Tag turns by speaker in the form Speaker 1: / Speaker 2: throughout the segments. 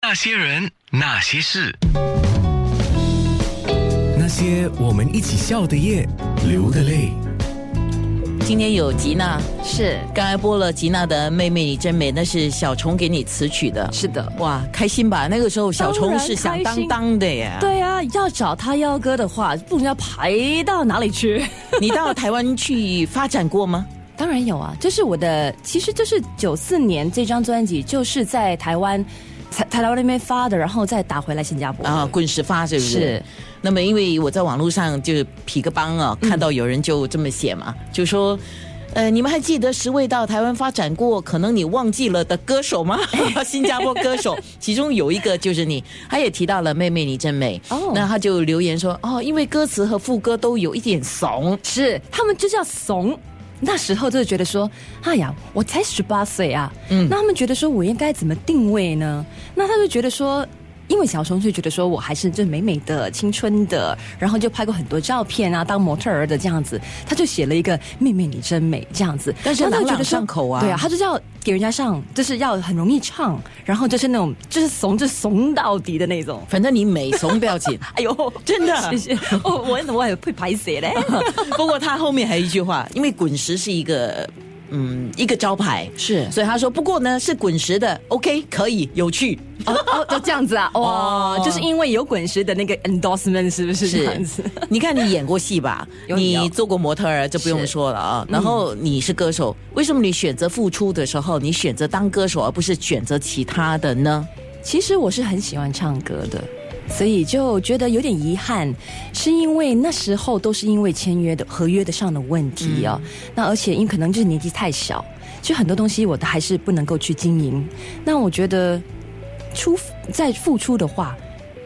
Speaker 1: 那些人，那些事，
Speaker 2: 那些我们一起笑的夜，流的泪。
Speaker 3: 今天有吉娜，
Speaker 4: 是
Speaker 3: 刚才播了吉娜的《妹妹你真美》，那是小虫给你词曲的。
Speaker 4: 是的，
Speaker 3: 哇，开心吧？那个时候小虫是响当当的耶。
Speaker 4: 对啊，要找他邀歌的话，不知道排到哪里去。
Speaker 3: 你到台湾去发展过吗？
Speaker 4: 当然有啊，就是我的，其实就是九四年这张专辑就是在台湾，台台湾那边发的，然后再打回来新加坡
Speaker 3: 啊，滚石发是不是？
Speaker 4: 嗯是。
Speaker 3: 那么，因为我在网络上就匹个帮啊，
Speaker 4: 嗯
Speaker 3: 看到有人就这么写嘛，就说。呃，你们还记得十位到台湾发展过，可能你忘记了的歌手 吗？新加坡歌手，其中有一个就是你，他也提到了“妹妹你真美”，
Speaker 4: 哦
Speaker 3: 那他就留言说，哦，因为歌词和副歌都有一点怂，
Speaker 4: 是他们就叫怂。那时候就是觉得说，哎呀，我才十八岁啊，嗯，那他们觉得说我应该怎么定位呢？那他就觉得说，因为小虫就觉得说我还是就美美的、青春的，然后就拍过很多照片啊，当模特儿的这样子，他就写了一个“妹妹你真美”这样子，
Speaker 3: 但是
Speaker 4: 然后他就
Speaker 3: 朗
Speaker 4: 觉
Speaker 3: 朗
Speaker 4: 得说
Speaker 3: 上口啊
Speaker 4: 对啊，他就是要给人家上，就是要很容易唱，然后就是那种就是怂，就是怂到底的那种。
Speaker 3: 反正你美怂不要 紧。
Speaker 4: 哎呦，
Speaker 3: 真的
Speaker 4: 谢谢哦，我我也会排 写嘞。
Speaker 3: 不过他后面还有一句话，因为滚石是一个嗯一个招牌，
Speaker 4: 是
Speaker 3: 所以他说不过呢是滚石的，OK 可以有趣，
Speaker 4: 哦哦，就这样子啊，哇、
Speaker 3: 哦
Speaker 4: 就是因为有滚石的那个 endorsement 是不是这样子？
Speaker 3: 你看你演过戏吧，
Speaker 4: 有有
Speaker 3: 你做过模特儿，这不用说了啊。然后你是嗯歌手，为什么你选择付出的时候，你选择当歌手而不是选择其他的呢？
Speaker 4: 其实我是很喜欢唱歌的，所以就觉得有点遗憾，是因为那时候都是因为签约的合约的上的问题哦。那而且因为可能就是年纪太小，就很多东西我都还是不能够去经营。那我觉得出在付出的话，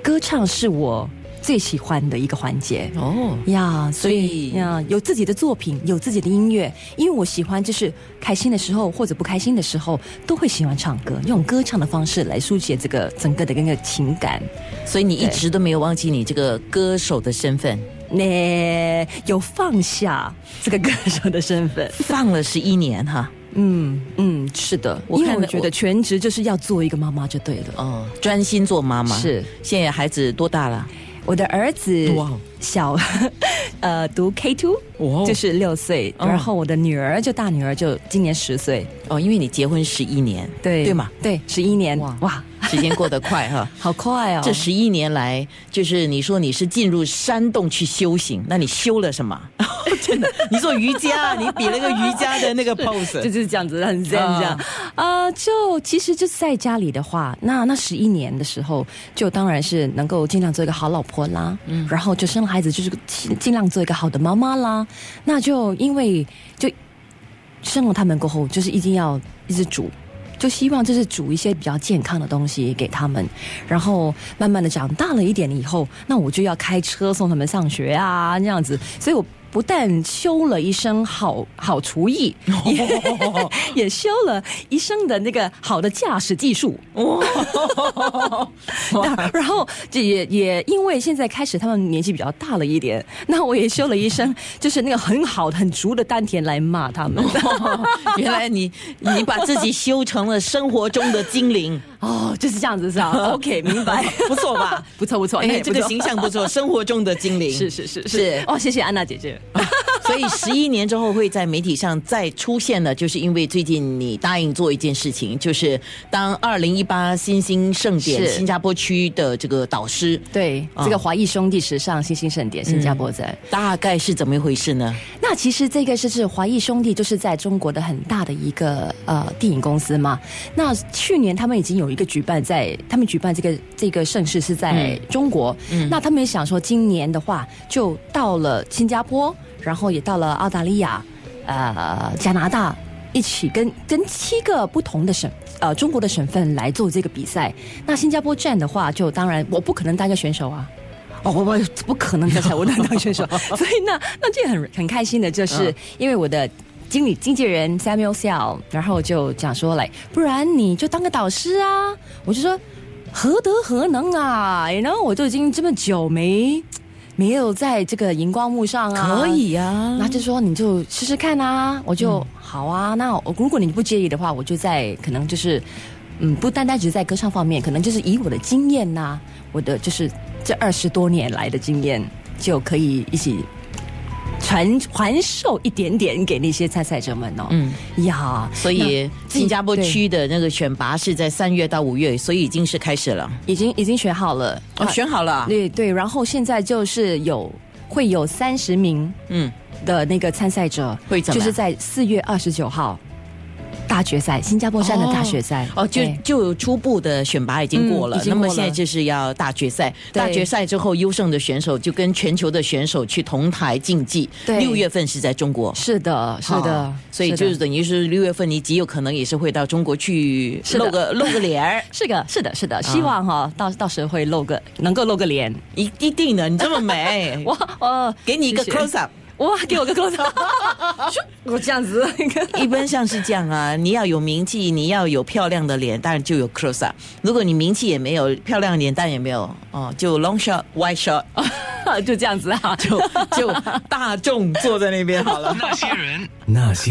Speaker 4: 歌唱是我最喜欢的一个环节。
Speaker 3: 哦，
Speaker 4: 呀，所
Speaker 3: 所以
Speaker 4: 以呀，有自己的作品，有自己的音乐，因为我喜欢，就是开心的时候或者不开心的时候，都会喜欢唱歌，用歌唱的方式来疏解这个整个的那个情感。
Speaker 3: 所以你一
Speaker 4: 对
Speaker 3: 直都没有忘记你这个歌手的身份，
Speaker 4: 那、有放下这个歌手的身份，
Speaker 3: 放了十一年哈。
Speaker 4: 嗯嗯，是的，
Speaker 3: 我
Speaker 4: 因为
Speaker 3: 看
Speaker 4: 我
Speaker 3: 了
Speaker 4: 觉
Speaker 3: 我
Speaker 4: 得全职就是要做一个妈妈就对了。
Speaker 3: 哦，专心做妈妈
Speaker 4: 是。
Speaker 3: 现在孩子多大了？
Speaker 4: 我的儿子
Speaker 3: 哇哦
Speaker 4: 小， 呃，读 K two，、
Speaker 3: 哇哦
Speaker 4: 就是六岁，
Speaker 3: 嗯
Speaker 4: 然后我的女儿就大女儿就今年十岁，
Speaker 3: 哦，因为你结婚十一年，
Speaker 4: 对
Speaker 3: 对嘛？
Speaker 4: 对，十一年，
Speaker 3: 哇
Speaker 4: 哇
Speaker 3: 时间过得快哈。
Speaker 4: 好快哦！
Speaker 3: 这十一年来，就是你说你是进入山洞去修行，那你修了什么？ 真的，你做瑜伽，你比那个瑜伽的 那个 pose，
Speaker 4: 就是这样子，很 zen 这样。啊、就其实就是在家里的话，那那十一年的时候，就当然是能够尽量做一个好老婆啦，嗯，然后就生了孩子，就是尽尽量做一个好的妈妈啦。那就因为就生了他们过后，就是一定要一直煮。就希望就是煮一些比较健康的东西给他们，然后慢慢的长大了一点以后，那我就要开车送他们上学啊，这样子。所以我不但修了一身好好厨艺， 也也修了一身的那个好的驾驶技术。 那然后这也也因为现在开始他们年纪比较大了一点，那我也修了一身就是那个很好很足的丹田来骂他 们。
Speaker 3: 原来你你把自己修成了生活中的精灵，
Speaker 4: 哦，就是这样子是 吧？OK，明白，
Speaker 3: 不错吧？
Speaker 4: 不错不错，那
Speaker 3: 哎，
Speaker 4: 也
Speaker 3: 这
Speaker 4: 不
Speaker 3: 个
Speaker 4: 错
Speaker 3: 形象不错，生活中的精灵
Speaker 4: 是是是
Speaker 3: 是
Speaker 4: 哦，谢谢安娜姐姐。
Speaker 3: 所以十一年之后会在媒体上再出现呢，就是因为最近你答应做一件事情，就是当二零一八新兴盛典
Speaker 4: 是
Speaker 3: 新加坡区的这个导师，
Speaker 4: 对，
Speaker 3: 啊
Speaker 4: 这个华谊兄弟时尚新兴盛典新加坡站。
Speaker 3: 大概是怎么一回事呢？
Speaker 4: 那其实这个是是华谊兄弟，就是在中国的很大的一个呃电影公司嘛。那去年他们已经有一个举办在，他们举办这个这个盛事是在中国。那他们也想说，今年的话就到了新加坡，然后也到了澳大利亚，呃，加拿大。一起跟跟七个不同的省，呃，中国的省份来做这个比赛。那新加坡站的话，就当然我不可能当一个选手啊，哦，我我不可能在台湾当 选手，所以那那这很很开心的，
Speaker 3: 嗯
Speaker 4: 就是因为我的。经理经纪人 Samuel Sell，然后就讲说来，不然你就当个导师啊！我就说何德何能啊！然后我就已经这么久没没有在这个荧光幕上啊，
Speaker 3: 可以啊，
Speaker 4: 那就说你就
Speaker 3: 嗯
Speaker 4: 试试看啊，我就、好啊。那我如果你不介意的话，我就在可能就是嗯，不单单只是在歌唱方面，可能就是以我的经验呐、我的就是这二十多年来的经验，就可以一起传传授一点点给那些参赛者们哦。
Speaker 3: 嗯
Speaker 4: 呀，
Speaker 3: 所以
Speaker 4: 那自己
Speaker 3: 新加坡
Speaker 4: 对
Speaker 3: 区的那个选拔是在三月到五月，所以已经是开始了。
Speaker 4: 已经已经选好了，
Speaker 3: 哦，
Speaker 4: 啊
Speaker 3: 选好了啊，
Speaker 4: 对对，然后现在就是有会有三十名
Speaker 3: 嗯，
Speaker 4: 的那个参赛者，
Speaker 3: 会怎么
Speaker 4: 就
Speaker 3: 样
Speaker 4: 是在四月二十九号大决赛，新加坡站的大决赛
Speaker 3: 哦，就
Speaker 4: 对
Speaker 3: 就有初步的选拔已经过了，
Speaker 4: 嗯已经
Speaker 3: 那
Speaker 4: 过了
Speaker 3: 么现在就是要大决赛，
Speaker 4: 对
Speaker 3: 大决赛之后优胜的选手就跟全球的选手去同台竞技，
Speaker 4: 对
Speaker 3: 六月份是在中国。
Speaker 4: 是的，是的
Speaker 3: 哦，所以
Speaker 4: 的
Speaker 3: 就是等于是六月份，你极有可能也是会到中国去
Speaker 4: 是的
Speaker 3: 露个露个脸儿，
Speaker 4: 是的，是的，是的，希望哈、到到时会露个能够露个脸，，
Speaker 3: 一一定的，你这么美
Speaker 4: 我我
Speaker 3: 给你一个
Speaker 4: 哦谢谢
Speaker 3: close up。
Speaker 4: 哇，给我个 close up，咻 我这样子，
Speaker 3: 一般上是这样啊，你要有名气，你要有漂亮的脸，当然就有 close up。如果你名气也没有，漂亮的脸蛋也没有，哦，就 long shot、wide shot，
Speaker 4: 就这样子啊，
Speaker 3: 就就大众坐在那边好了。
Speaker 1: 那些人。
Speaker 2: 那些事。